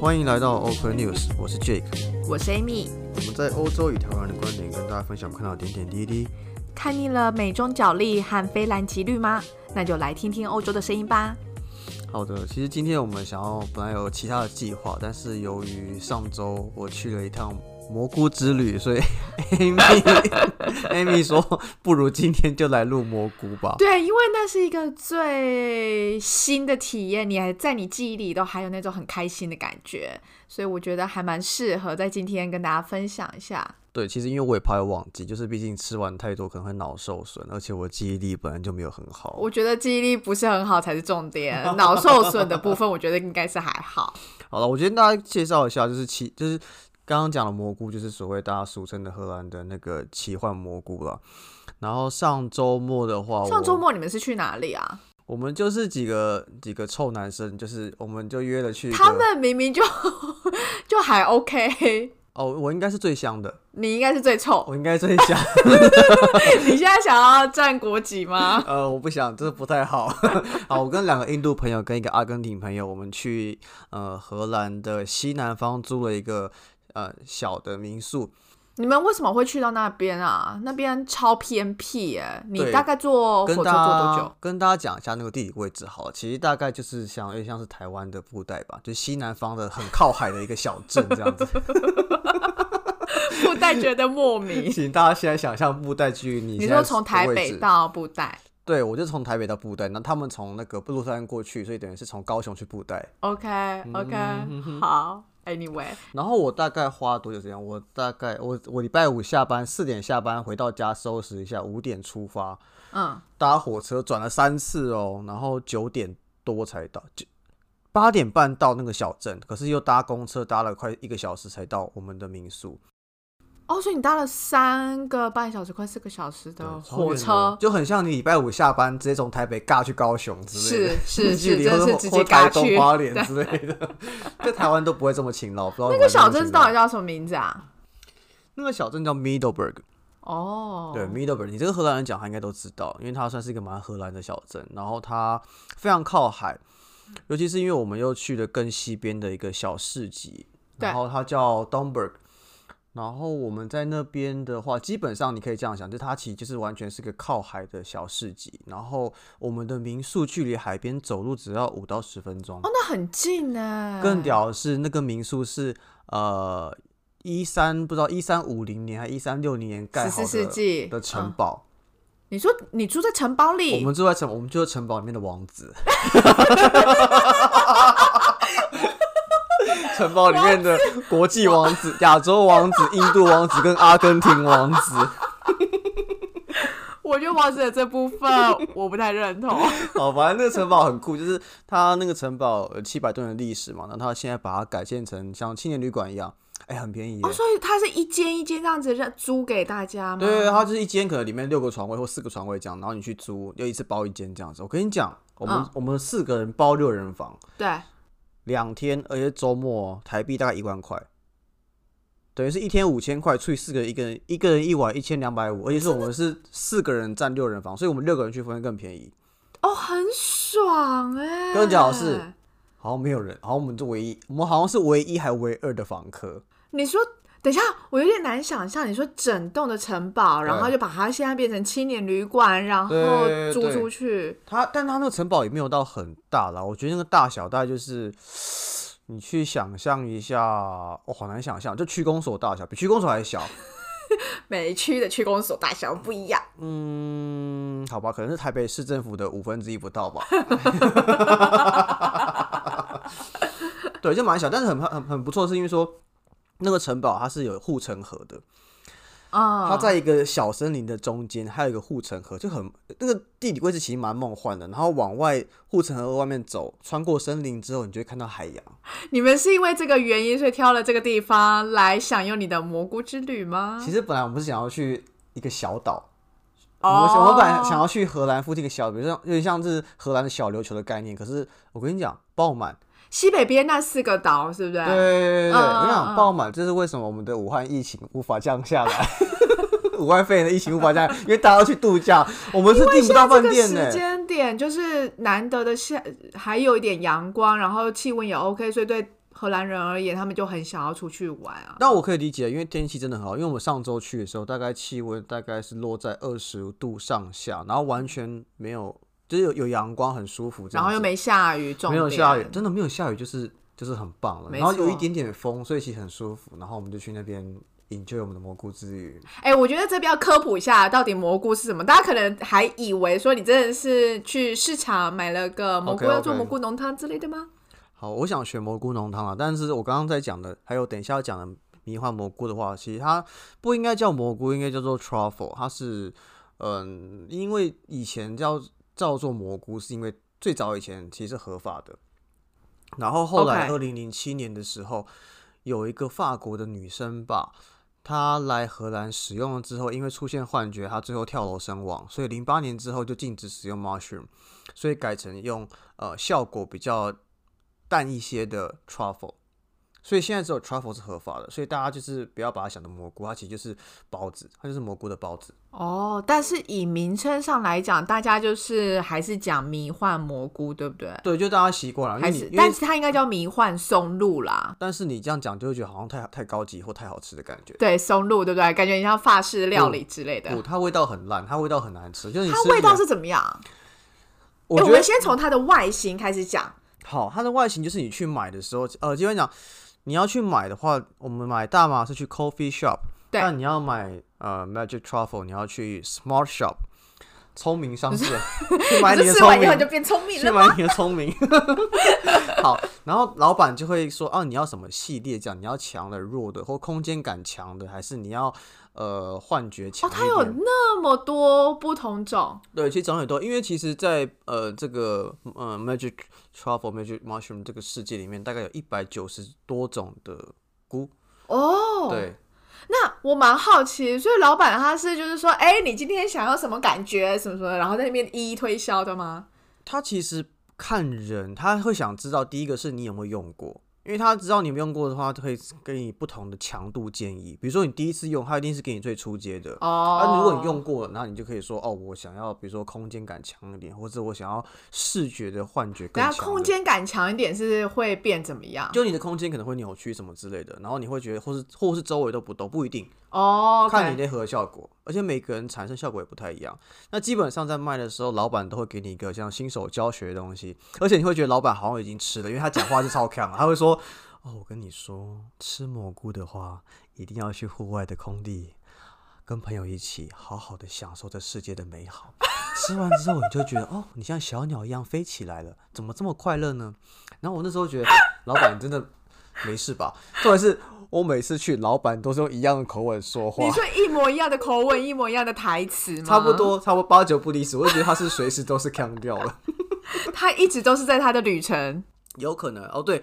欢迎来到 OK News，我是 Jake。我是 Amy。我们在欧洲与台湾的观点跟大家分享我们看到的点点滴滴。看腻了美中角力和菲蓝极绿吗？那就来听听欧洲的声音吧。好的，其实今天我们想要本来有其他的计划，但是由于上周我去了一趟蘑菇之旅，所以 Amy Amy 说不如今天就来录蘑菇吧。对，因为那是一个最新的体验，你还在你记忆里都还有那种很开心的感觉，所以我觉得还蛮适合在今天跟大家分享一下。对，其实因为我也怕会忘记，就是毕竟吃完太多可能会脑受损，而且我记忆力本来就没有很好。我觉得记忆力不是很好才是重 点，脑受损的部分我觉得应该是还好。好了，我先跟大家介绍一下，就是奇，就是刚刚讲的蘑菇，就是所谓大家俗称的荷兰的那个奇幻蘑菇了。然后上周末的话，上周我末你们是去哪里啊？我们就是几个几个臭男生，就是我们就约了去一个他们明明就 就还 OK，哦，我应该是最香的，你应该是最臭。我应该最香。你现在想要占国籍吗？ 呃，我不想，这不太好。 好，我跟两个印度朋友跟一个阿根廷朋友，我们去呃荷兰的西南方租了一个呃小的民宿，你们为什么会去到那边啊？那边超偏僻耶、你大概坐火跟车大坐家多久？跟大家讲一下那个地理位置好了，其实大概就是像有点像是台湾的布袋吧，就西南方的很靠海的一个小镇这 样子。 布袋觉得莫名。请大家现在想象布袋距离你你现在说从台的位北置，到布袋对我就从台北到布袋，那他们从那个布鲁山过去，所以等于是从高雄去布袋。 ，OK 嗯 OK，、好，Anyway，然后我大概花多久时间？我大概我我礼拜五下班四点下班回到家收拾一下，五点出发，嗯，搭火车转了三次哦，然后九点多才到，九八点半到那个小镇，可是又搭公车搭了快一个小时才到我们的民宿。哦，所以你搭了三个半小时，快四个小时对的超远哦火的车，就很像你礼拜五下班直接从台北尬去高雄之类的。是 是距是，离真或的者是直或接台嘎东去。花莲之类的， 在台湾都不会这么勤劳。不知道那你们有没个有小镇勤劳到底叫什么名字啊？那个小镇叫 Middleburg，哦，对 Middleburg，你这个荷兰人讲他应该都知道，因为它算是一个蛮荷兰的小镇，然后它非常靠海，嗯尤其是因为我们又去了更西边的一个小市集，对然后它叫 Domburg。然后我们在那边的话，基本上你可以这样想，就它其实就是完全是个靠海的小市集。然后我们的民宿距离海边走路只要五到十分钟哦，。那很近呢，更屌的是，那个民宿是呃一三不知道一三五零年还一三六零年盖十好的四世纪的城嗯堡。你说你住在城堡里，我们住在城，我们就是城堡里面的王子。 城堡里面的国际王子、亚洲王子、印度王子跟阿根廷王子。我觉得王子的这部分我不太认同。好，反正那个城堡很酷，就是它那个城堡七百吨的历史嘛，那它现在把它改建成像青年旅馆一样，哎、很便宜耶。哦，所以它是一间一间这样子让租给大家吗？对，啊它就是一间可能里面六个床位或四个床位这样，然后你去租，又一次包一间这样子。我跟你讲，我们、嗯我们四个人包六人房，对两天，而且周末哦台币大概一万块，等于是一天五千块除以四个人，一个人一个人一晚一千两百五，而且是我们是四个人占六人房，所以我们六个人去分更便宜。哦，很爽哎、跟你讲的是，好像没有人，好像我们是唯一，我们好像是唯一还唯二的房客。你说。等一下，我有点难想象。你说整栋的城堡，然后对就把它现在变成青年旅馆，然后对租对出去。它，但它那个城堡也没有到很大啦，我觉得那个大小大概就是，你去想象一下，哦，好难想象，就区公所大小，比区公所还小。每一区的区公所大小不一样。嗯，好吧，可能是台北市政府的五分之一不到吧。 对，就蛮小，但是很很很不错，是因为说那个城堡它是有护城河的，啊、它在一个小森林的中间，还有一个护城河，就很那个地理位置其实蛮梦幻的。然后往外护城河外面走，穿过森林之后，你就会看到海洋。你们是因为这个原因，所以挑了这个地方来享用你的蘑菇之旅吗？其实本来我们是想要去一个小岛。我哦们想我们本来想要去荷兰附近的小，比如像有点像是荷兰的小琉球的概念，可是我跟你讲，爆满，西北边那四个岛，是不对是？对对对，对，嗯我嗯想嗯爆满，这是为什么我们的武汉疫情无法降下来，武汉肺炎的疫情无法降下来，因为大家要去度假，我们是订不到这饭个店时呢。间点就是难得的夏，还有一点阳光，然后气温也 OK，所以对荷兰人而言，他们就很想要出去玩啊。那我可以理解，因为天气真的很好。因为我们上周去的时候，大概气温大概是落在二十度上下，然后完全没有，就是有有阳光，很舒服这样然子。后又没下雨，重没点有下雨，真的没有下雨，就是就是很棒了。没然后有一错点点风，所以其实很舒服。然后我们就去那边 enjoy 我们的蘑菇之旅。哎、我觉得这边要科普一下，到底蘑菇是什么？大家可能还以为说你真的是去市场买了个蘑菇 OK，OK 要做蘑菇浓汤之类的吗？好，我想选蘑菇浓汤啊，但是我刚刚在讲的，还有等一下要讲的迷幻蘑菇的话，其实它不应该叫蘑菇，应该叫做 truffle。它是，嗯，因为以前叫叫做蘑菇，是因为最早以前其实是合法的，然后后来二 OK 零零七年的时候，有一个法国的女生吧。她来荷兰使用了之后，因为出现幻觉，她最后跳楼身亡，所以零八年之后就禁止使用 mushroom，所以改成用呃效果比较淡一些的 truffle。所以现在只有 truffle 是合法的，所以大家就是不要把它想成蘑菇，它其实就是包子，它就是蘑菇的包子。哦，但是以名称上来讲，大家就是还是讲迷幻蘑菇，对不对？对，就大家习惯了，因还为你是，因为但是它应该叫迷幻松露啦。但是你这样讲就会觉得好像太太高级或太好吃的感觉。对，松露，对不对？感觉很像法式料嗯理之类的。不，它味道很烂，它味道很难吃，就是你吃它起来味道是怎么样？我哎觉我得们先从它的外形开始讲。好，它的外形就是你去买的时候，呃，基本讲你要去买的话，我们买大麻是去 coffee shop，对但你要买呃 magic truffle，你要去 smart shop，聪明 商店去买你就的吃聪完以明后你就变聪明去了吗？买你的聪明。 好，然后老板就会说，哦、你要什么系列这样？你要强的、弱的，或空间感强的，还是你要呃幻觉强哦，一它点？有那么多不同种。对，其实讲很多，因为其实在，呃这个呃 magic truffle magic mushroom 这个世界里面，大概有一百九十多种的菇。哦，对，那我蛮好奇，所以老板他是就是说，哎、你今天想要什么感觉，什么什么，然后在那边一一推销的吗？它其实看人，他会想知道第一个是你有没有用过，因为他知道你有没有用过的话，他可以给你不同的强度建议。比如说你第一次用，他一定是给你最初阶的。哦，啊，如果你用过了，然后你就可以说，哦，我想要，比如说空间感强一点，或者我想要视觉的幻觉更等下强。空间感强一点是会变怎么样？就你的空间可能会扭曲什么之类的，然后你会觉得，或是或是周围都不都不一定，哦，看你 OK 那盒的效果，而且每个人产生效果也不太一样。那基本上在卖的时候，老板都会给你一个像新手教学的东西，而且你会觉得老板好像已经吃了，因为他讲话就超强，他会说：“哦，我跟你说，吃蘑菇的话，一定要去户外的空地。”跟朋友一起好好的享受这世界的美好， 吃完之后你就觉得哦，你像小鸟一样飞起来了，怎么这么快乐呢？然后我那时候觉得，老板你真的没事吧？重点是我每次去，老板都是用一样的口吻说话，你说一模一样的口吻，一模一样的台词吗？差不，多，差不多八九不离十。我就觉得他是随时都是腔掉了，他一直都是在他的旅程。 有可能哦。对，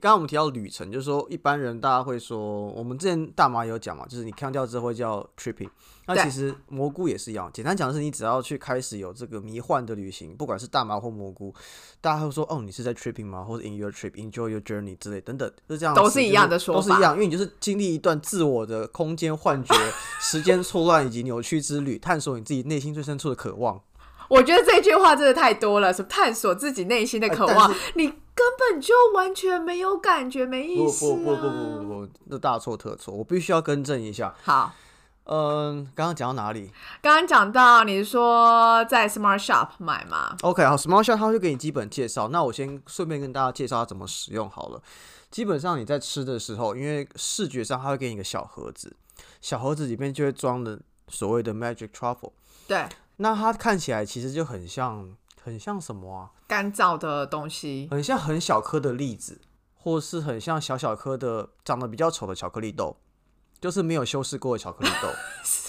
刚刚我们提到旅程，就是说一般人大家会说，我们之前大麻有讲嘛，就是你腔掉之后会叫 tripping。那对其实蘑菇也是一样，简单讲的是，你只要去开始有这个迷幻的旅行，不管是大麻或蘑菇，大家会说哦，你是在 tripping 吗？或者 in your trip，enjoy your journey 之类等等，就是这样子，都是一样的就是说都法是一样，因为你就是经历一段自我的空间幻觉、时间错乱以及扭曲之旅，探索你自己内心最深处的渴望。我觉得这句话真的太多了，什么探索自己内心的渴哎望但，你根本就完全没有感觉，没意不思、啊。不不不不不不，那大错特错，我必须要更正一下。好，嗯，刚刚讲到哪里刚刚讲到你说在 Smart Shop 买嘛， ？OK，好，Small Shot 它会给你基本介绍，那我先顺便跟大家介绍它怎么使用好了。基本上你在吃的时候，因为视觉上它会给你一个小盒子，小盒子里面就会装的所谓的 Magic Truffle，对，那它看起来其实就很像，很像什么啊？干燥的东西。很像很小颗的栗子，或是很像小小颗的长得比较丑的巧克力豆，就是没有修饰过的巧克力豆。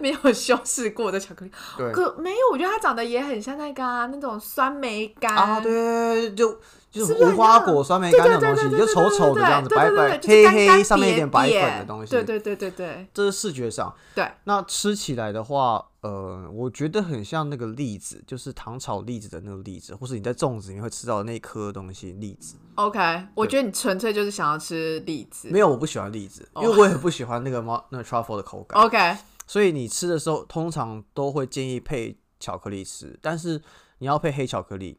没有修饰过的巧克力，对，可没有，我觉得它长得也很像那个、啊、那种酸梅干啊，对，就就是是不是很无花像果酸梅对干对那对种对东西，对就对丑对丑的对这样子，对白对白对就是黑干干黑，上面一瘪点白粉的瘪东西。对对对对对这是视觉上。对，那吃起来的话，呃，我觉得很像那个栗子，就是糖炒栗子的那个栗子，或是你在粽子里面会吃到的那一颗东西，栗子。 ，OK，我觉得你纯粹就是想要吃栗子没有，我不喜欢栗子，因为哦我也不喜欢那个猫那个 truffle 的口感。 ，OK，所以你吃的时候，通常都会建议配巧克力吃，但是你要配黑巧克力，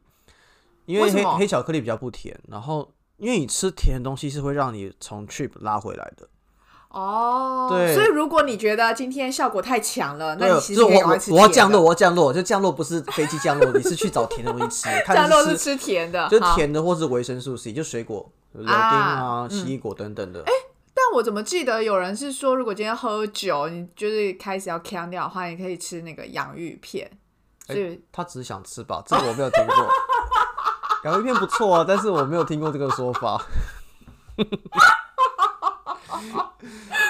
因为为什黑么黑巧克力比较不甜，然后因为你吃甜的东西是会让你从 trip 拉回来的。哦，对所以如果你觉得今天效果太强了，那对，你就其是实我可以赶我快吃我要甜的降落，我要降落，就降落不是飞机降落，你是去找甜的东西 吃，看降落是吃吃甜的，就好是。甜的或是维生素 C，就水果、柳丁啊哎啊、奇异果等等的。但我怎么记得有人是说，如果今天喝酒，你就是开始要腔掉的话，你可以吃那个洋芋片。哎所以、他只是想吃吧，这个我没有听过。洋芋片不错啊，但是我没有听过这个说法。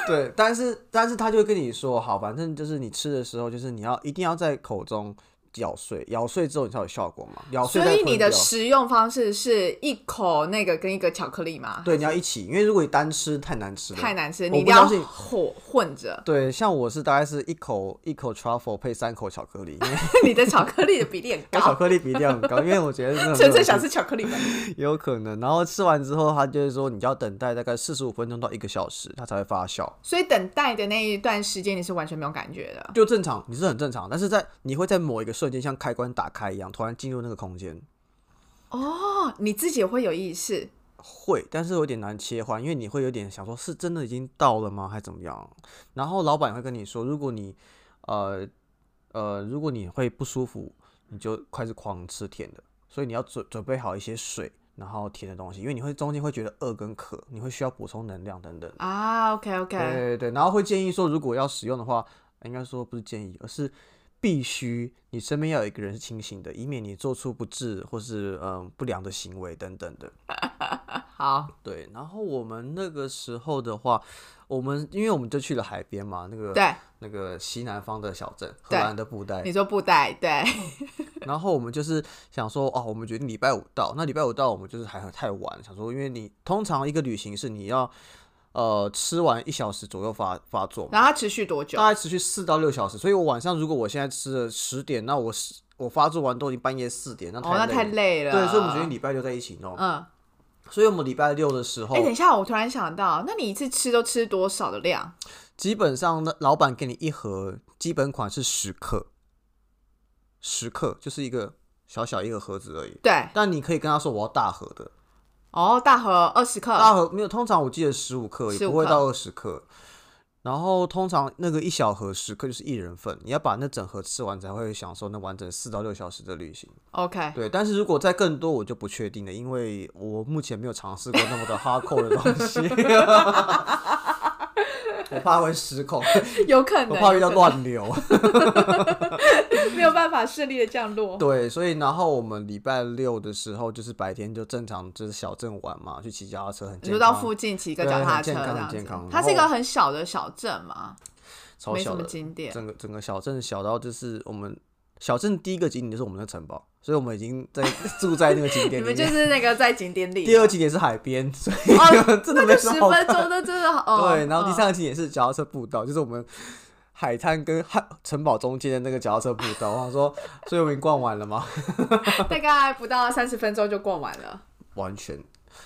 对，但是但是他就会跟你说，好，反正就是你吃的时候，就是你要一定要在口中咬碎，咬碎之后你才有效果嘛。咬碎所再以吞你的掉食用方式是一口那个跟一个巧克力吗？对你要一起，因为如果你单吃太难吃了，太难吃，我你一不定要相信混混着。 对，像我是大概是一口一口 truffle 配三口巧克力，因为 你的巧克力的比例很我巧高，克力比例很高，因为我觉得真的很纯粹恶想心吃巧克力吧。也有可能。然后吃完之后，他就是说你就要等待大概四十五分钟到一个小时，它才会发酵，所以等待的那一段时间，你是完全没有感觉的。就正常，你是很正常。但是在你会在某一个瞬间像开关打开一样，突然进入那个空间，哦，你自己也会有意识。会，但是有点难切换，因为你会有点想说是真的已经到了吗，还怎么样？然后老板也会跟你说，如果你呃呃，如果你会不舒服，你就开始狂吃甜的，所以你要准准备好一些水。然后甜的东西，因为你会中间会觉得饿跟渴，你会需要补充能量等等。啊，OK OK，对对，然后会建议说，如果要使用的话，应该说不是建议，而是必须你身边要有一个人是清醒的，以免你做出不智或是嗯不良的行为等等的。好，对，然后我们那个时候的话，我们因为我们就去了海边嘛，那个对，那个西南方的小镇，荷对兰的布袋，你说布袋， 对，然后我们就是想说，哦，我们决定礼拜五到。那礼拜五到，我们就是还很太晚，想说，因为你通常一个旅行是你要呃吃完一小时左右发发作嘛，然后它持续多久？大概持续四到六小时。所以我晚上如果我现在吃了十点，那我十我发作完都已经半夜四点，那哦，那太累了。累了。对，所以我们决定礼拜六在一起弄。嗯，所以我们礼拜六的时候哎、，等一下，我突然想到，那你一次吃都吃多少的量？基本上呢，老板给你一盒基本款是十克，十克就是一个小小一个盒子而已。对，但你可以跟他说我要大盒的，哦，大盒二十克，大盒没有，通常我记得十五克，也15不会克到二十克。然后通常那个一小盒十克就是一人份，你要把那整盒吃完才会享受那完整四到六小时的旅行。 OK，对，但是如果再更多我就不确定了，因为我目前没有尝试过那么的 hardcore 的东西，我怕会失控，有可能我怕遇到有可乱流。能没有办法顺利的降落。 对，所以然后我们礼拜六的时候就是白天就正常就是小镇玩嘛，去骑脚踏车很你健说康，到附近骑个对脚很踏车健这康很样健子康，它然是一个后很小的小镇嘛，超没小什么的，景点。整个整个小镇小到就是我们小镇第一个景点就是我们的城堡，所以我们已经在 住在那个景你点里们就面。是那个在景点里，第二景点是海边，所以哦 真的那没就什十么好分钟的真的 哦。对，然后第嗯三个景点是脚踏车步道，就是我们海滩跟海城堡中间的那个脚踏车步道。我想说，所以我们已经逛完了吗？哦大概不到三十分钟就逛完了。完全。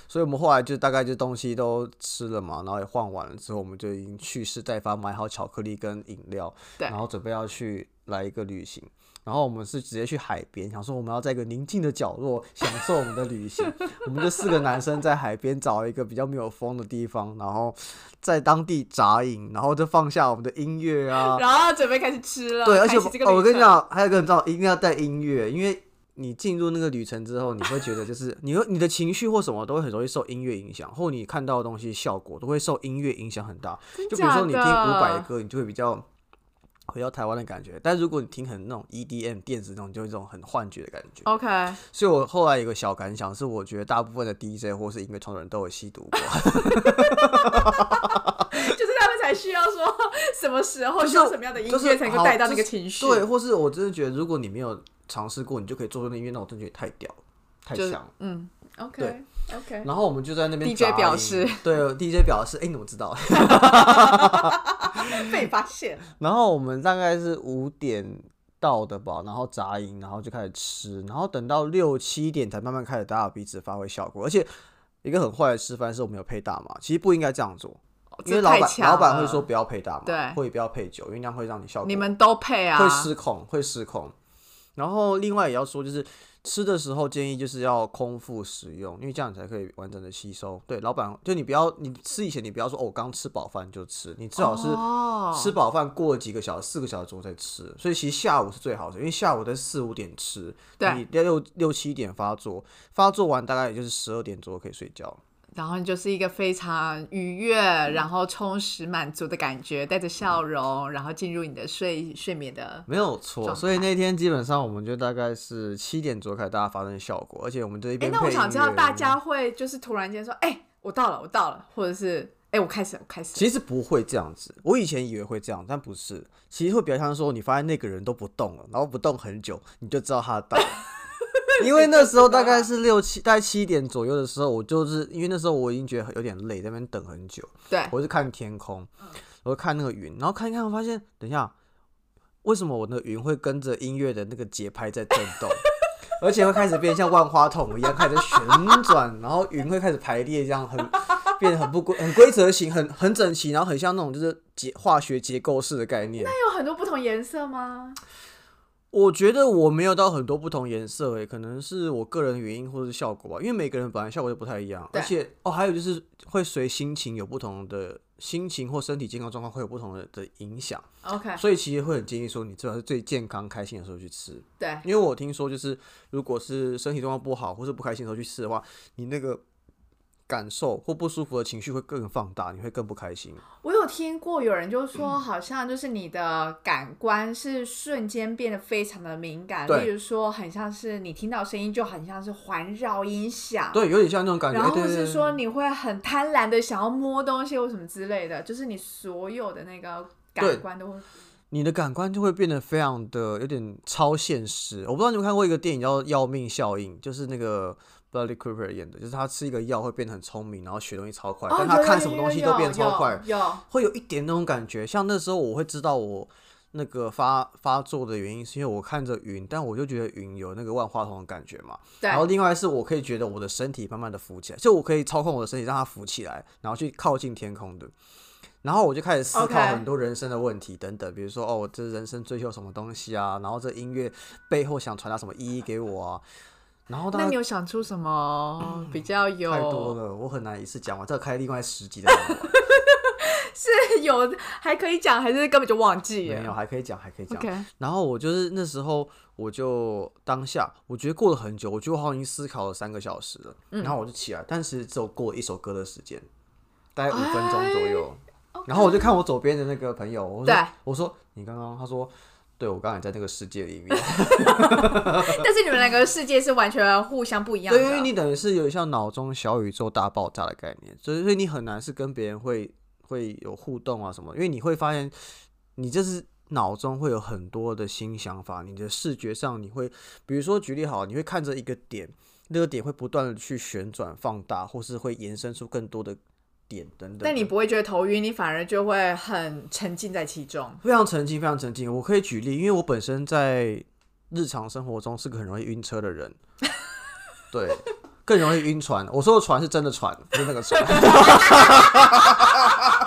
所以我们后来就大概就东西都吃了嘛，然后也换完了之后，我们就已经蓄势待发，买好巧克力跟饮料，对然后准备要去来一个旅行。然后我们是直接去海边，想说我们要在一个宁静的角落享受我们的旅行。我们就四个男生在海边找一个比较没有风的地方，然后在当地扎营，然后就放下我们的音乐啊，然后准备开始吃了。对，而且哦开启这个我我旅跟你程，讲，还有一个很重要，一定要带音乐，因为你进入那个旅程之后，你会觉得就是你会你的情绪或什么都会很容易受音乐影响，或你看到的东西效果都会受音乐影响很大。真就比如说你听假伍佰的的歌，你就会比较回到台湾的感觉；但如果你听很那种 EDM 电子那种，就会这种很幻觉的感觉。 OK，所以我后来有个小感想是，我觉得大部分的 DJ 或是音乐创作人都有吸毒 过。就是他们才需要说什么时候就是用什么样的音就是乐才能够好带到那就个是情绪。对，，或是我真的觉得，如果你没有尝试过，你就可以做出那音乐，那我真的觉得太屌了，太就强是了。嗯，OK 对 OK，然后我们就在那边 DJ 杂音表示，对 DJ 表示，哎、你怎么知道？被发现。 然后我们大概是五点到的吧，然后杂音，然后就开始吃，然后等到六七点才慢慢开始打打彼此发挥效果，而且。一个很坏的示范是我们有配大麻，其实不应该这样做，因为哦这老太板强老板会了说不要配大麻，对或者不要配酒，因为那样会让你效果你们都配啊，会失控，会失控。然后另外也要说，就是吃的时候建议就是要空腹食用，因为这样你才可以完整的吸收。对，老板就你不要你吃以前你不要说哦，我刚吃饱饭就吃，你最好是哦吃饱饭过了几个小时，四个小时之后再吃。所以其实下午是最好的，因为下午在四五点吃，对你要六六七点发作，发作完大概也就是十二点左右可以睡觉。然后你就是一个非常愉悦，嗯然后充实满足的感觉，带着笑容，然后进入你的睡睡眠的。没有错，状所以态那天基本上我们就大概是七点左右开始大家发生效果，而且我们这一哎，边那我配想音知道乐大家会就是突然间说，哎、我到了，我到了，或者是哎、我开始，我开始。其实不会这样子，我以前以为会这样，但不是，其实会比较像说，你发现那个人都不动了，然后不动很久，你就知道他 到了。因为那时候大概是六七，大概七点左右的时候，我就是因为那时候我已经觉得有点累，在那边等很久，对，我就看天空，我就看那个云，然后看一看，我发现，等一下，为什么我的云会跟着音乐的那个节拍在震动？而且会开始变像万花筒一样开始旋转，然后云会开始排列，这样很变得很不规、很规则型、很很整齐，然后很像那种就是结化学结构式的概念。那有很多不同颜色吗？我觉得我没有到很多不同颜色、欸，可能是我个人原因或者是效果吧，因为每个人本来效果就不太一样，对而且哦，还有就是会随心情有不同的心情或身体健康状况会有不同的的影响， OK，所以其实会很建议说你最好是最健康开心的时候去吃，对，因为我听说就是如果是身体状况不好或是不开心的时候去吃的话，你那个感受或不舒服的情绪会更放大，你会更不开心。我有听过有人就嗯说，好像就是你的感官是瞬间变得非常的敏感，对例如说，很像是你听到声音就很像是环绕音响，对，有点像那种感觉。然哎后对或对是对说你会很贪婪的想要摸东西或什么之类的，就是你所有的那个对感官都会你的感官就会变得非常的有点超现实。我不知道你们看过一个电影叫《要命效应》，就是那个 Bradley Cooper 演的，就是他吃一个药会变得很聪明，然后学东西超快，哦但他有看有什么有东西有都有变超快，有有会有一点那种感觉。像那时候我会知道我那个发发作的原因，是因为我看着云，但我就觉得云有那个万花筒的感觉嘛。对然后另外是我可以觉得我的身体慢慢的浮起来，就我可以操控我的身体让它浮起来，然后去靠近天空的。然后我就开始思考 OK 很多人生的问题等等比如说哦，我这人生追求什么东西啊，然后这音乐背后想传达什么意义给我啊。然后大那概你有想出什么比较嗯有太多了，我很难一次讲完，这开另外十集的 是有还可以讲，还是根本就忘记没有，了还可以讲，还可以讲。 ？OK，然后我就是那时候，我就当下，我觉得过了很久，我觉得我好像已经思考了三个小时了。然后我就起来，但其实只有过了一首歌的时间，大概五分钟左右。然后我就看我左边的那个朋友，我说对：“我说你刚刚，他说，对我刚才在那个世界里面， 但是你们两个世界是完全互相不一样的。啊对，因为你等于是有一像脑中小宇宙大爆炸的概念，所以所以你很难是跟别人会会有互动啊什么，因为你会发现你就是脑中会有很多的新想法，你的视觉上你会，比如说举例好了，你会看着一个点，那个点会不断的去旋转放大，或是会延伸出更多的点等等的。但你不会觉得头晕，你反而就会很沉浸在其中。非常沉浸，非常沉浸。我可以举例，因为我本身在日常生活中是个很容易晕车的 人，对，更容易晕船。我说的船是真的船，不是那个船。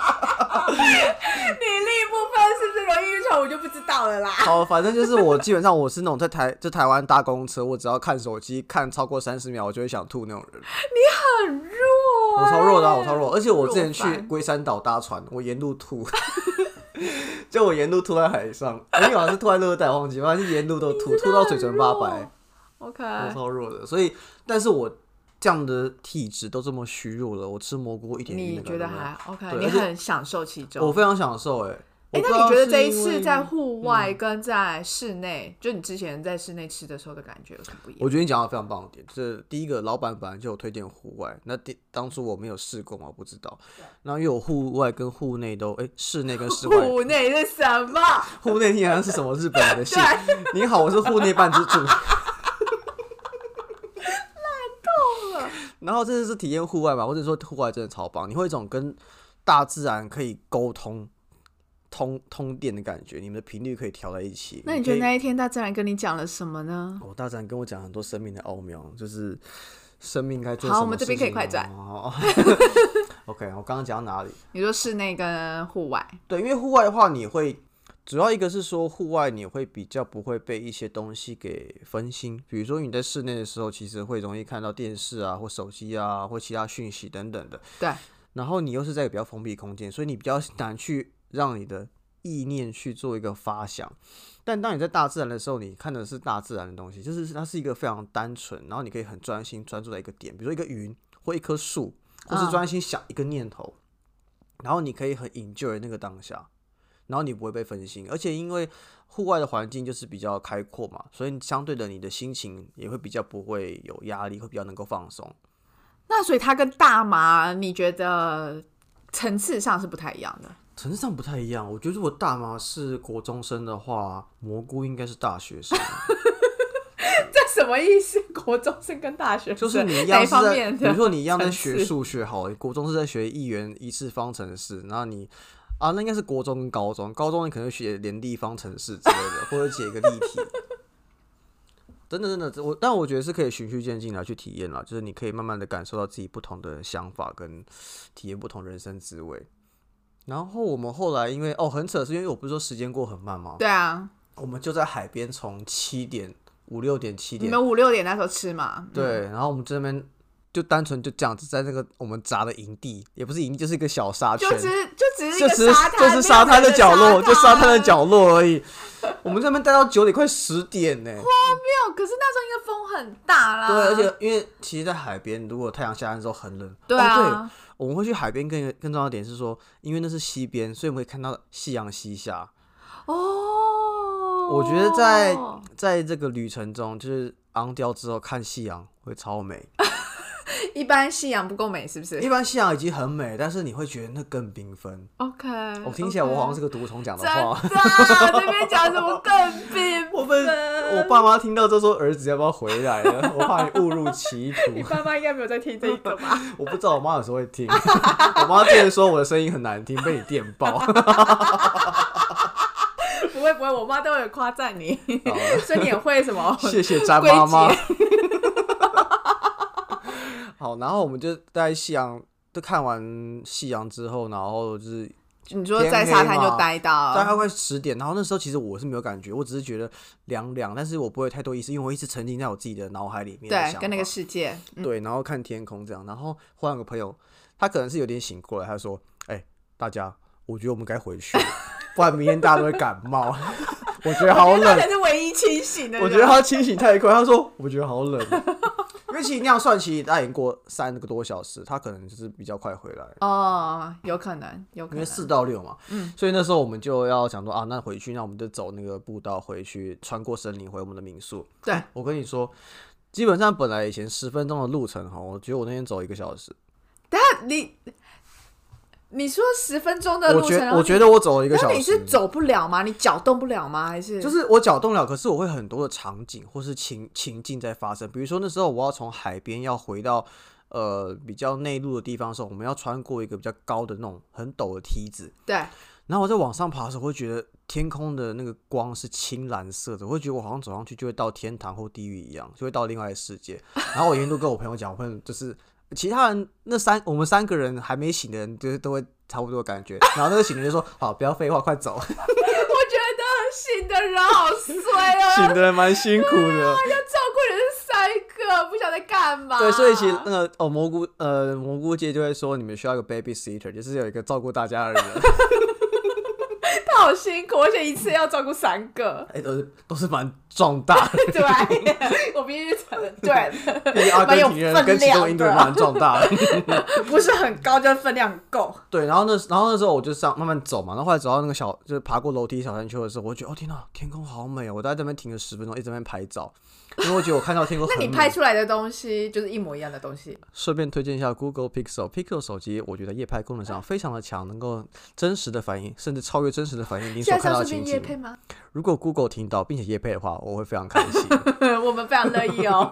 你另一部分是不是容易晕船，我就不知道了啦。好，反正就是我基本上我是那种在台在台湾搭公车，我只要看手机看超过三十秒，我就会想吐那种人。很弱、我超弱的啊，我超。弱，而且我之前哦弱去翻龟山岛搭船，我沿路吐， 就我沿路吐在海上，因为好像是吐在热带，忘记，反正是沿路都吐，吐到嘴唇发白。 OK，我超弱的，所以，但是我这样的体质都这么虚弱了，我吃蘑菇一点晕你的觉感得都没有还 OK？对你而且很享受其我中。非常享受哎、哎、我不知那道你觉得这一是因为嗯次在户外跟在室内，就你之前在室内吃的时候的感觉有什么不一样？我觉得你讲到非常棒的点，就是第一个，老板本来就有推荐户外，那第当初我没有试过嘛，我不知道。然后又有户外跟户内都，哎、室内跟室外，户内是什么？户内听好像是什么日本人 的姓。你好，我是户内半之主。然后这就是体验户外吧，或者说户外真的超棒，你会有一种跟大自然可以沟通、通通电的感觉，你们的频率可以调在一起。那你你可觉得以那一天大自然跟你讲了什么呢？哦，大自然跟我讲很多生命的奥妙，就是生命该做好什么我们这边事可以快情转啊。 哦 OK，我刚刚讲到哪里？你说室内跟户外，对，因为户外的话，你会主要一个是说户外你会比较不会被一些东西给分心，比如说你在室内的时候，其实会容易看到电视啊或手机啊或其他讯息等等的，对，然后你又是在比较封闭空间，所以你比较难去让你的意念去做一个发想。但当你在大自然的时候，你看的是大自然的东西，就是它是一个非常单纯，然后你可以很专心专注在一个点，比如说一个云或一棵树，或是嗯专心想一个念头，然后你可以很 enjoy 那个当下，然后你不会被分心，而且因为户外的环境就是比较开阔嘛，所以相对的你的心情也会比较不会有压力，会比较能够放松。那所以它跟大麻，你觉得层次上是不太一样的？层次上不太一样，我觉得如果大麻是国中生的话，蘑菇应该是大学 生，这 什么意思？国中生跟大学生就是你一哪样一是方在，面比的？如说你一样在层学次数学好了，国中是在学一元一次方程式，然后你啊，那应该是国中跟高中，高中你可能学联立方程式之类的，或者解一个例题。 真的真的，我但我觉得是可以循序渐进来去体验啦，就是你可以慢慢的感受到自己不同的想法跟体验不同人生滋味。然后我们后来因为哦很扯，是因为我不是说时间过很慢吗？对啊，我们就在海边从七点五六点七你点们五六点那时候吃嘛？嗯，对，然后我们这边就单纯就这样子，在那个我们砸的营地，也不是营地，就是一个小沙圈就，只是就只是就一是个沙滩，就是沙滩没有人的的角落，就沙滩的滩。角落而已。我们这边待到九点快十点呢、没有，可是那时候应该风很大啦。对，而且因为其实，在海边，如果太阳下山的时候很冷，对哦、啊，对，我们会去海边更更重要的点是说，因为那是西边，所以我们会看到夕阳西下。哦，我觉得在在这个旅程中，就是昂雕之后看夕阳会超美。一般信仰不够美，是不是一般夕阳已经很美，但是你会觉得那更缤纷。 ？OK，我听起来我好像是个毒虫讲的真话。的啊这边讲什么更并 我们我爸妈听到之后说儿子要不要回来了？ 我怕你误入歧你 途。爸妈应该没有在听这一个 吧？我不知道我妈有时候会听， 我妈之前说我的声音很难听，被你电爆。好不会不会，我妈都有夸赞你，了 所以你也会什么？啊谢谢詹妈妈。 好，然后我们就在夕阳，就看完夕阳之后，然后就是你说在沙滩就待大到，概快十点，然后那时候其实我是没有感觉，我只是觉得凉凉，但是我不会有太多意思，因为我一直沉浸在我自己的脑海里面的对，想跟那法个世界，嗯对，然后看天空这样，然后忽然有个朋友，他可能是有点醒过来，他说：“哎、大家，我觉得我们该回去 了，不然明天大家都会感冒。我觉得好他冷才，是唯一清醒的人。我觉得他清醒太快。”他说：“我觉得好 冷。”因为其实那样算，其实他已经过三个多小时，他可能就是比较快回来，哦，有可能，有可因为能。嗯四到六嘛，所以那时候我们就要想说啊，那回去，那我们就走那个步道回去，穿过森林回我们的民宿。对，我跟你说，基本上本来以前十分钟的路程哈，我觉得我那天走一个小时。等下你，你说十分钟的我路程，觉然后我你觉得我走了一个那小时，你是走不了吗？你脚动不了吗？还是就是我脚动了，可是我会很多的场景或是情情境在发生。比如说那时候我要从海边要回到呃比较内陆的地方的时候，我们要穿过一个比较高的那种很陡的梯子，对，然后我在往上爬的时候，会觉得天空的那个光是青蓝色的，我会觉得我好像走上去就会到天堂或地狱一样，就会到另外一个世界。然后我沿路跟我朋友讲，我朋友就是其他人那三我们三个人还没醒的人，就是都会差不多的感觉。然后那个醒的就说：“好，不要废话，快走。”我觉得醒的人好衰 哦，醒的蛮辛苦的。照顾人是三个，不晓得干嘛。对，所以其实那个哦蘑菇呃蘑菇界就会说你们需要一个 babysitter，就是有一个照顾大家的人。 ，他好辛苦，而且一次要照顾三个 哎、都是都是蛮壮大的，对， 我必须承认，对，毕竟阿根廷人跟其中印度人蛮壮大的。不是很高，但分量够。对，然后那然后那时候我就上慢慢走嘛，然后后来走到那个小就是爬过楼梯小山丘的时候，我就觉得哦天呐，天空好美哦！我在这边停了十分钟，一直在那边拍照，因为我觉得我看到天空 那很你美。拍出来的东西就是一模一样的东西，顺便推荐一下 Google Pixel。Pixel 手机，我觉得夜拍功能上非常的强，能够真实的反映，甚至超越真实的反映您所现在看是到要的顺情便夜景。配吗？如果 Google 听到并且夜配的话，我会非常开 心。我们非常乐 意哦，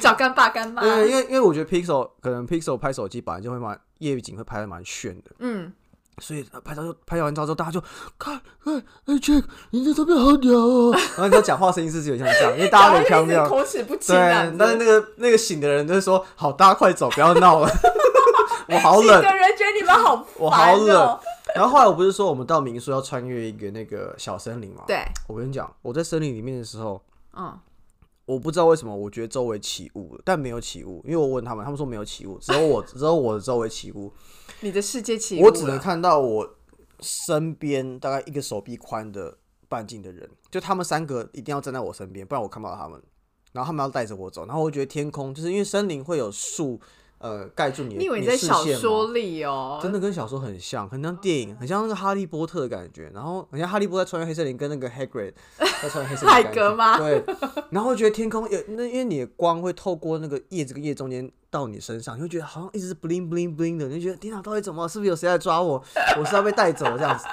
找干爸干妈。对，因为因为我觉得 Pixel 可能 Pixel 拍手机本来就会蛮夜景会拍的蛮炫的， 嗯，所以呃拍照拍完照之后，大家就看，哎哎 Jack，你在这边好屌哦。 然后你知道讲话声音是有像这样，因为大家很漂然后亮 就一直。口齿不清对啊。，但是那个那个醒的人就是说， 好，大家快走，不要闹了，我好冷醒。的人觉得你们好、烦哦我好冷。然后后来我不是说我们到民宿要穿越一个那个小森林吗？，对，我跟你讲，我在森林里面的时候，嗯，我不知道为什么，我觉得周围起雾了，但没有起雾，因为我问他们，他们说没有起雾，只有我只有我的周围起雾，你的世界起雾我只能了看到我身边大概一个手臂宽的半径的人，就他们三个一定要站在我身边，不然我看不到他们。然后他们要带着我走，然后我觉得天空就是因为森林会有树，呃，盖住你的你以为你的在视小线吗说里哦？真的跟小说很像，很像电影，很像那个哈利波特的感觉。然后很像哈利波特在穿越黑森林，跟那个 Hagrid 在穿越黑森林的 海感觉格吗对。然后觉得天空有那，因为你的光会透过那个叶子跟叶中间到你身上，你会觉得好像一直是 bling bling bling 的，你就觉得天哪，到底怎么了？是不是有谁在抓我？我是要被带走这样子。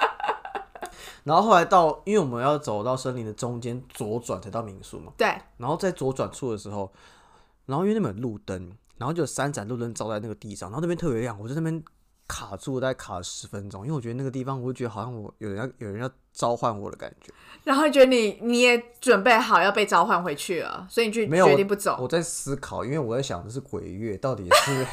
然后后来到，因为我们要走到森林的中间左转才到民宿嘛。对，然后在左转处的时候，然后因为那边有路灯，然后就有三盏路灯照在那个地上，然后那边特别亮，我在那边卡住，大概卡了十分钟，因为我觉得那个地方，我就觉得好像我有人要有人要召唤我的感觉。然后觉得你你也准备好要被召唤回去了，所以你就没有，决定不走。我在思考，因为我在想的是鬼月到底是。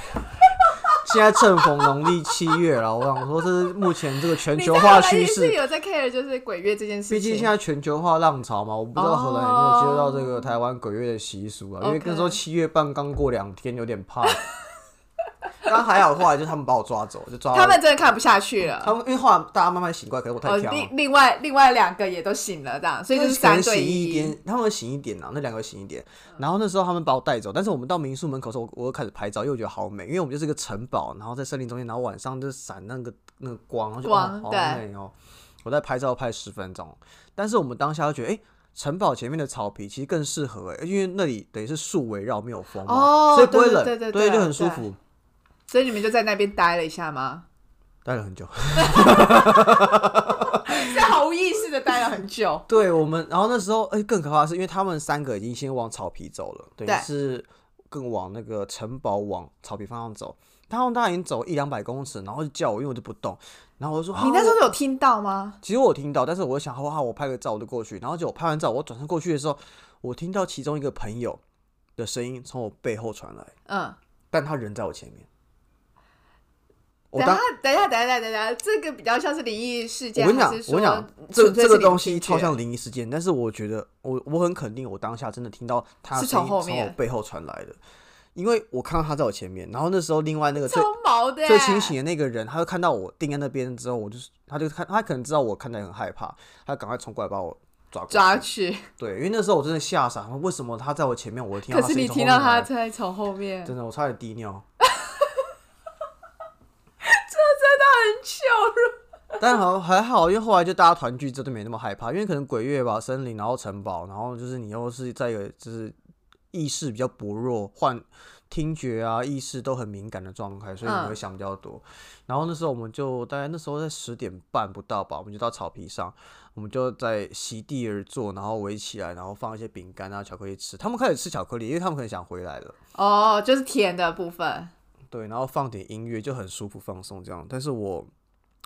现在正逢农历七月了，我想说这是目前这个全你球在化荷兰趋也是势，有在 care 就是鬼月这件事毕竟情现。在全球化浪潮嘛，我不知道荷兰有没有接受到这个台湾鬼月的习俗啊，因为哦 OK 那时候七月半刚过两天，有点怕。 刚还好，后来就他们把我抓走，就抓到他们真的看不下去了。他们，因为后来大家慢慢醒过来，可是我呃，太挑了另。另外另外两个也都醒了，这样，所以就是可能三醒对一点，他们醒一点啊，那两个醒一点。然后那时候他们把我带走，但是我们到民宿门口的时候，我我又开始拍照，因为我觉得好美，因为我们就是一个城堡，然后在森林中间，然后晚上就闪那个那个光，然后就光哦好对美哦。我在拍照拍十分钟，但是我们当下就觉得，哎、城堡前面的草皮其实更适合哎、因为那里等于是树围绕，没有风嘛，哦所以不会对冷，对对对对，对就很舒对服。所以你们就在那边待了一下 吗？待了很久，在毫无意识的待了 很久。对我们，然后那时候，哎、更可怕的是，因为他们三个已经先往草皮走了，等于对是更往那个城堡往草皮方向走。他们大概已经走一两百公尺，然后就叫我，因为我就不动，然后我就说：“你那时候候有听到吗？其实我有听到，但是我就想，哇，我拍个照我就过去。”然后结果拍完照，我转身过去的时候，我听到其中一个朋友的声音从我背后传来，嗯，但他人在我前面。我等一当下，等一下，等一下，等一下，这个比较像是灵异事我件，跟你讲，还是我跟你讲说，这个纯粹这是个你东西听觉超像灵异事件，但是我觉得我我很肯定，我当下真的听到他是声音从后从面我背后传来的，因为我看到他在我前面，然后那时候另外那个最超毛的，最清醒。的那个人，他就看到我定在那边之后，我就是他就看他可能知道我看起来很害怕，他赶快冲过来把我抓过去抓去，对，因为那时候我真的吓傻，为什么他在我前面，我会听到他可是声音你从听后到面他来在从后面，真的我差点滴 尿。很糗但好还好，因为后来就大家团聚之后就没那么害怕，因为可能鬼月吧，森林，然后城堡，然后就是你又是在一个就是意识比较薄弱，换听觉啊意识都很敏感的状态，所以嗯你会想比较多。然后那时候我们就大概那时候在十点半不到吧，我们就到草皮上，我们就在席地而坐，然后围起来，然后放一些饼干啊巧克力吃。他们开始吃巧克力，因为他们可能想回来了。哦，就是甜的部分。对，然后放点音乐就很舒服放松这样，但是我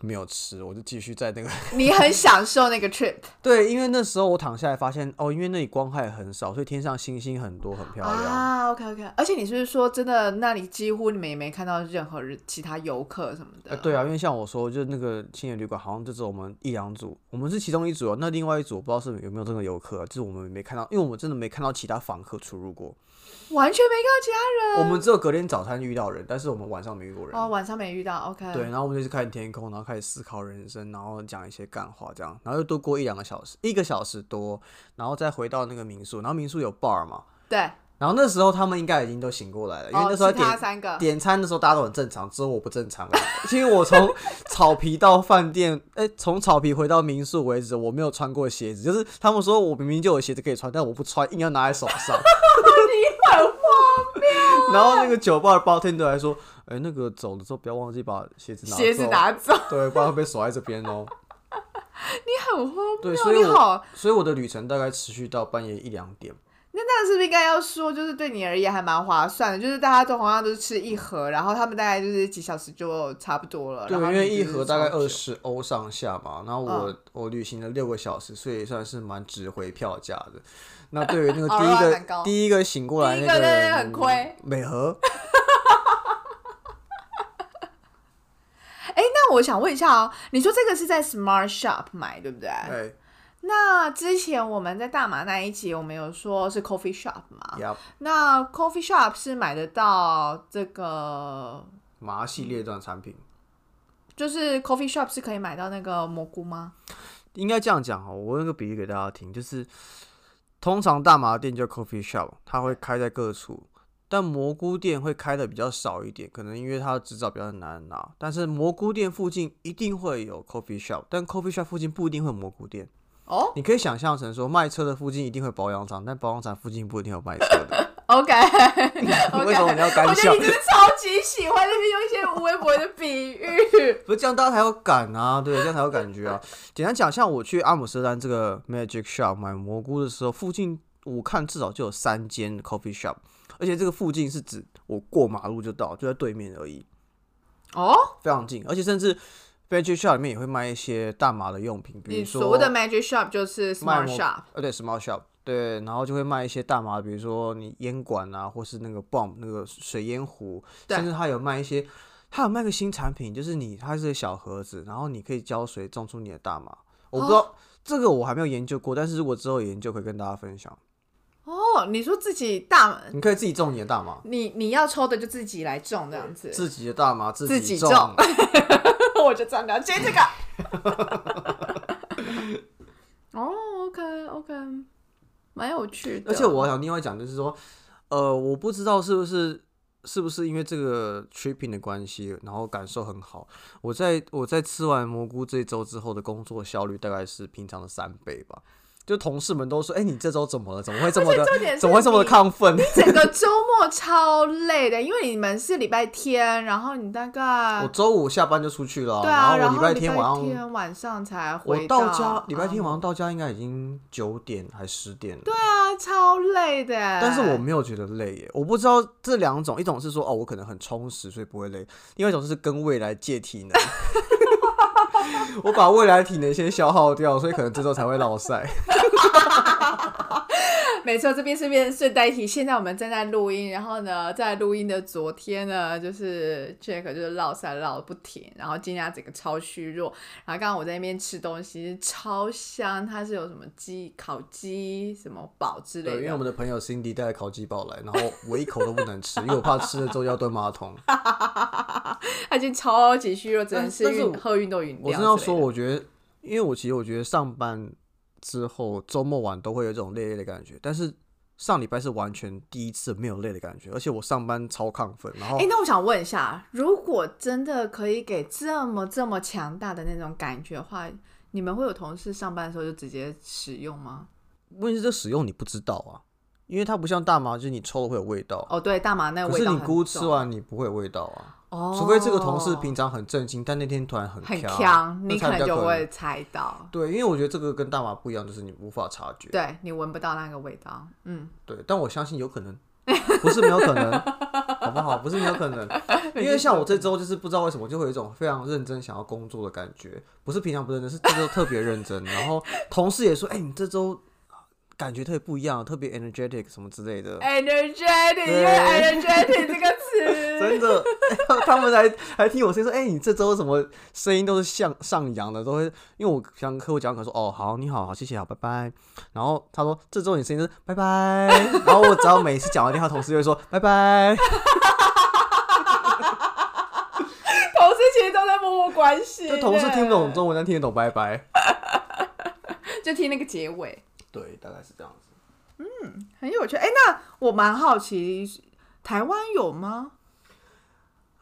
没有吃，我就继续在那个你很享受那个 trip 对，因为那时候我躺下来发现，哦，因为那里光害很少，所以天上星星很多，很漂亮。啊，OK OK，而且你是不是说真的，那里几乎你们也没看到任何人其他游客什么的？呃对啊，因为像我说，就那个青年旅馆，好像就只有我们一两组，我们是其中一组、哦，那另外一组我不知道是有没有这个游客、啊，就是我们没看到，因为我们真的没看到其他访客出入过，完全没看到其我们只有隔天早餐遇到人，但是我们晚上没遇过人。他哦，晚上没遇到，OK，对，，然后我们就是看天空，然后开始思考人生，然后讲一些干话，这样，然后又多过一两个小时，一个小时多，然后再回到那个民宿，然后民宿有 bar 嘛，对，然后那时候他们应该已经都醒过来了，因为哦那时候其点他三个点餐的时候大家都很正常，只有我不正常 了。因为我从草皮到饭店，哎、从草皮回到民宿为止，我没有穿过鞋子。就是他们说我明明就有鞋子可以穿，但我不穿，硬要拿在手上。 你 很欸然后那个酒吧的 bartender 还说：“哎、那个走的时候不要忘记把鞋子拿鞋子走啊拿 走，对，不然会被锁在这边哦。你很荒谬，对，所以你我好，所以我的旅程大概持续到半夜一两点。那那是不是应该要说，就是对你而言还蛮划算的，就是大家都同样都是吃一盒，然后他们大概就是几小时就差不多了，对，然后因你为就一是盒大概超二久，嗯十欧上下嘛，然后我、我旅行了六个小时，所以算是蛮值回票价的。那对于 那个好第了一哦蛮个高第一个醒过来第那一个个真人的很亏 美和，哎，那我想问一下哦，你说这个是在 Smart Shop 买，对不对？哎那之前我们在大马那一集，我们有说是 coffee shop 嘛？呀，那 coffee shop 是买得到这个，麻系列段产品。就是 coffee shop 是可以买到那个蘑菇吗？应该这样讲哦，我用个比喻给大家听，就是通常大麻店叫 coffee shop，它会开在各处，但蘑菇店会开的比较少一点，可能因为它的执照比较难拿。但是蘑菇店附近一定会有 coffee shop，但 coffee shop 附近不一定会有蘑菇店。哦、你可以想象成说，卖车的附近一定会有保养厂，但保养厂附近不一定有卖车 的。o k 为什么你要干我觉笑得你？真的超级喜欢那边用一些无微博的比喻。不是这样，大家才有感啊，对，这样才有感觉啊。简单讲，像我去阿姆斯特丹这个 Magic Shop 买蘑菇的时候，附近我看至少就有三间 coffee shop，而且这个附近是指我过马路就到，就在对面而已，哦，非常近。而且甚至 Magic Shop 里面也会卖一些大麻的用品，比你如说所谓的 magic shop 就是卖 smart 蘑 shop。呃，对，small shop，对，然后就会卖一些大麻，比如说你烟管啊，或是那个 bomb 那个水烟壶，对甚至它有卖一些，它有卖个新产品，就是你它是个小盒子，然后你可以浇水种出你的大麻。我不知道、这个我还没有研究过，但是如果之后有研究可以跟大家分享。哦，你说自己大，你可以自己种你的大麻，你你要抽的就自己来种这样子。自己的大麻自自己己种。种 我就这样了解 这个。哦，OK OK，蛮有趣的。而且我想另外讲就是说，呃，我不知道是不是是不是因为这个 tripping 的关系，然后感受很好。我在我在吃完蘑菇这一周之后的工作效率大概是平常的三倍吧。就同事们都说，哎、你这周怎么了？怎么会这么的重点？是怎么会这么的你亢奋？整个周末超累的，因为你们是礼拜天，然后你大概我周五下班就出去了，啊对啊，然然后我礼礼拜天晚上，晚上才我回到家，礼拜天啊晚上到家应该已经九点还十点了。对啊，超累的。欸但是我没有觉得累耶，我不知道这两种，一种是说哦，我可能很充实，所以不会累；，另外一种是跟未来借体能， 我把未来体能先消耗掉，所以可能这周才会落晒。 没错，这边是边顺带一提，现在我们正在录音，然后呢，在录音的昨天呢，就是 Jack 就是唠赛唠得不停，然后今天他整个超虚弱，然后刚刚我在那边吃东西超香，它是有什么鸡烤鸡什么堡之对，因类为我的，们的朋友 Cindy 带了烤鸡堡来，然后我一口都不能吃，因为我怕吃了之后要蹲马桶。他已经超级虚弱，只能但吃但是运我喝运动饮料之我类的。真的要说，我觉得，因为我其实我觉得上班之后周末晚都会有一种累累的感觉，但是上礼拜是完全第一次没有累的感觉，而且我上班超亢奋，然后哎、那我想问一下，如果真的可以给这么这么强大的那种感觉的话，你们会有同事上班的时候就直接使用吗？问题是这使用你不知道啊，因为它不像大麻，就是你抽了会有味道，哦，对，大麻那个可味是道你很菇吃重完你不会有味道啊，哦，除非这个同事平常很正经，但那天突然很很呛，啊强，那你才比能较就可会能。猜到，对，因为我觉得这个跟大麻不一样，就是你无法察觉。对你闻不到那个味道。嗯，对，但我相信有可能，不是没有可 能，好不好？不是没有可能，因为像我这周就是不知道为什么就会有一种非常认真想要工作的感觉，不是平常不认真，是这周特别认真。然后同事也说，哎、你这周感觉特别不一样，特别 energetic 什么之类的。 energetic，因为 energetic 这个词， 真的，他们还还听我声音说，哎、你这周怎么声音都是向上扬的，都会，因为我向客户讲，可能说，哦，好，你好，好，谢谢，好，拜拜。然后他说，这周你声音是拜 拜，然后我只要每次讲完电话，同事就会说拜拜，同事其实都在默默关系，就同事听不懂，中文，但听得懂拜拜。就听那个结尾，对，大概是这样子。很有趣。哎，那我蛮好奇，台湾有吗？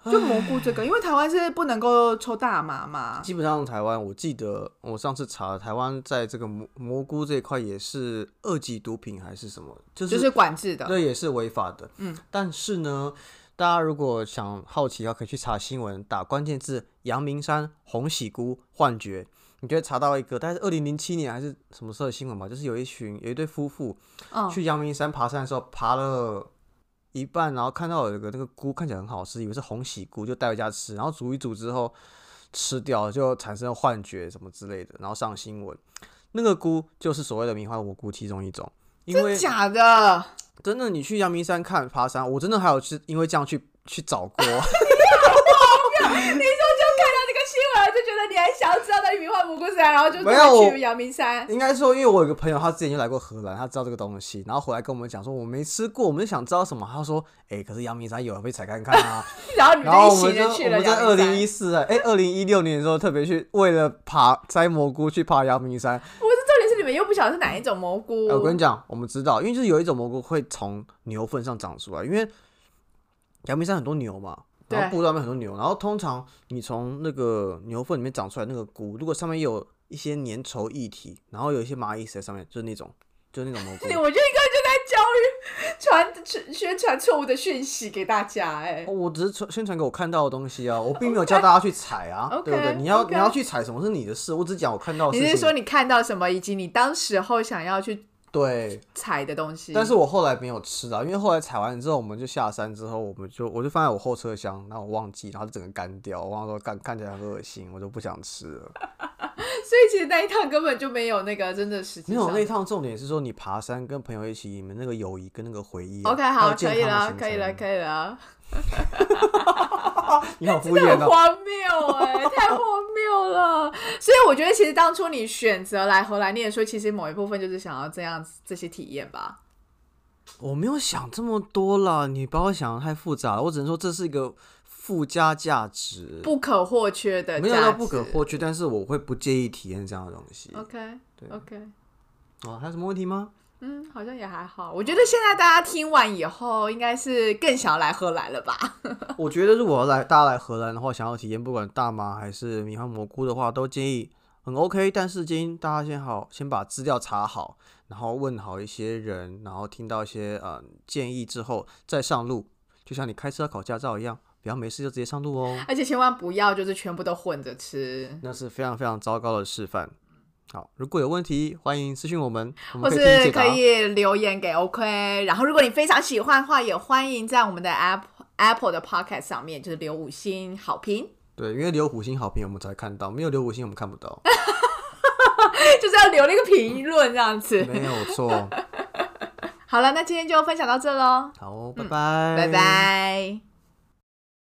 就蘑菇这个，因为台湾是不能够抽大麻嘛。基本上台湾，我记得我上次查，台湾在这个蘑蘑菇这一块也是二级毒品还是什么，就是就是管制的，对，也是违法的。嗯，但是呢，大家如果想好奇的话，可以去查新闻，打关键字“阳明山红喜菇幻觉”，你就会查到一个，但是二零零七年还是什么时候的新闻吧，就是有一群有一对夫妇嗯，去阳明山爬山的时候，爬了一半，然后看到有一个那个菇看起来很好吃，以为是红喜菇，就带回家吃，然后煮一煮之后吃掉，就产生了幻觉什么之类的，然后上新闻。那个菇就是所谓的迷幻蘑菇其中一种，因为真假的？真的，你去阳明山看爬山，我真的还有去，因为这样去去找过。你说就看到这个新闻觉得你还想要知道那里米换蘑菇山，然后就没有再我去阳明 山。应该说，因为我有个朋友，他之前就来过荷兰，他知道这个东西，然后回来跟我们讲说我没吃过，我们就想知道什么。他说，哎、可是阳明山有，可以踩看看 啊。然后你然后我们们就就一行人去我们了在阳二明零一山。四哎，二零一六年的时候特别去为了爬摘蘑菇去爬阳明山。不是重点是你们又不晓得是哪一种蘑菇。哎我跟你讲，我们知道，因为就是有一种蘑菇会从牛粪上长出来，因为阳明山很多牛嘛，然后对步道上面很多牛，然后通常你从那个牛粪里面长出来那个菇，如果上面有一些粘稠液体，然后有一些蚂蚁死在上面，就是那种就是那种蘑菇 你。我觉得你根本就在教育传宣宣传错误的讯息给大家、哎、哦我只是传宣传给我看到的东西啊，我并没有叫大家去采 啊 OK，对不对？你要 OK 你要去采什么是你的事，我只讲我看到的事你情。是说你看到什么，以及你当时候想要去对？采的东西？但是我后来没有吃啊，因为后来采完之后，我们就下山之后，我们就我就放在我后车厢，然后我忘记，然后整个干掉，我忘了说看看起来很恶心，我就不想吃了。所以其实那一趟根本就没有那个真的实际没上有那一趟重点是说你爬山跟朋友一起，你们那个友谊跟那个回忆啊、 OK，还好，有健可以康的了，行可以了，程可以了，你好敷这衍很哦。荒谬哎、太荒谬了。所以我觉得，其实当初你选择来荷兰念书，其实某一部分就是想要这样子这些体验吧。我没有想这么多啦，你把我想的太复杂了，我只能说这是一个附加价值，不可或缺的价没值，有到不可或缺，但是我会不介意体验这样的东西。 OK 对 OK，哦，还有什么问题吗？嗯，好像也还好。我觉得现在大家听完以后，应该是更想要来荷兰了吧？我觉得如果要来大家来荷兰的话，想要体验不管大麻还是米饭蘑菇的话，都建议很 OK。但是建议大家先好先把资料查好，然后问好一些人，然后听到一些呃建议之后再上路，就像你开车考驾照一样，不要没事就直接上路哦，而且千万不要就是全部都混着吃，那是非常非常糟糕的示范。好，如果有问题，欢迎私信我们，我或们可以替你是解答可。以留言给 OK。然后如果你非常喜欢的话，也欢迎在我们的 App Apple 的 Podcast 上面就是留五星好评， 对，因为留五星好评我们才看到，没有留五星我们看不到，就是要留那个评论这样子。没有错。好了，那今天就分享到这喽，哦好，拜拜，拜拜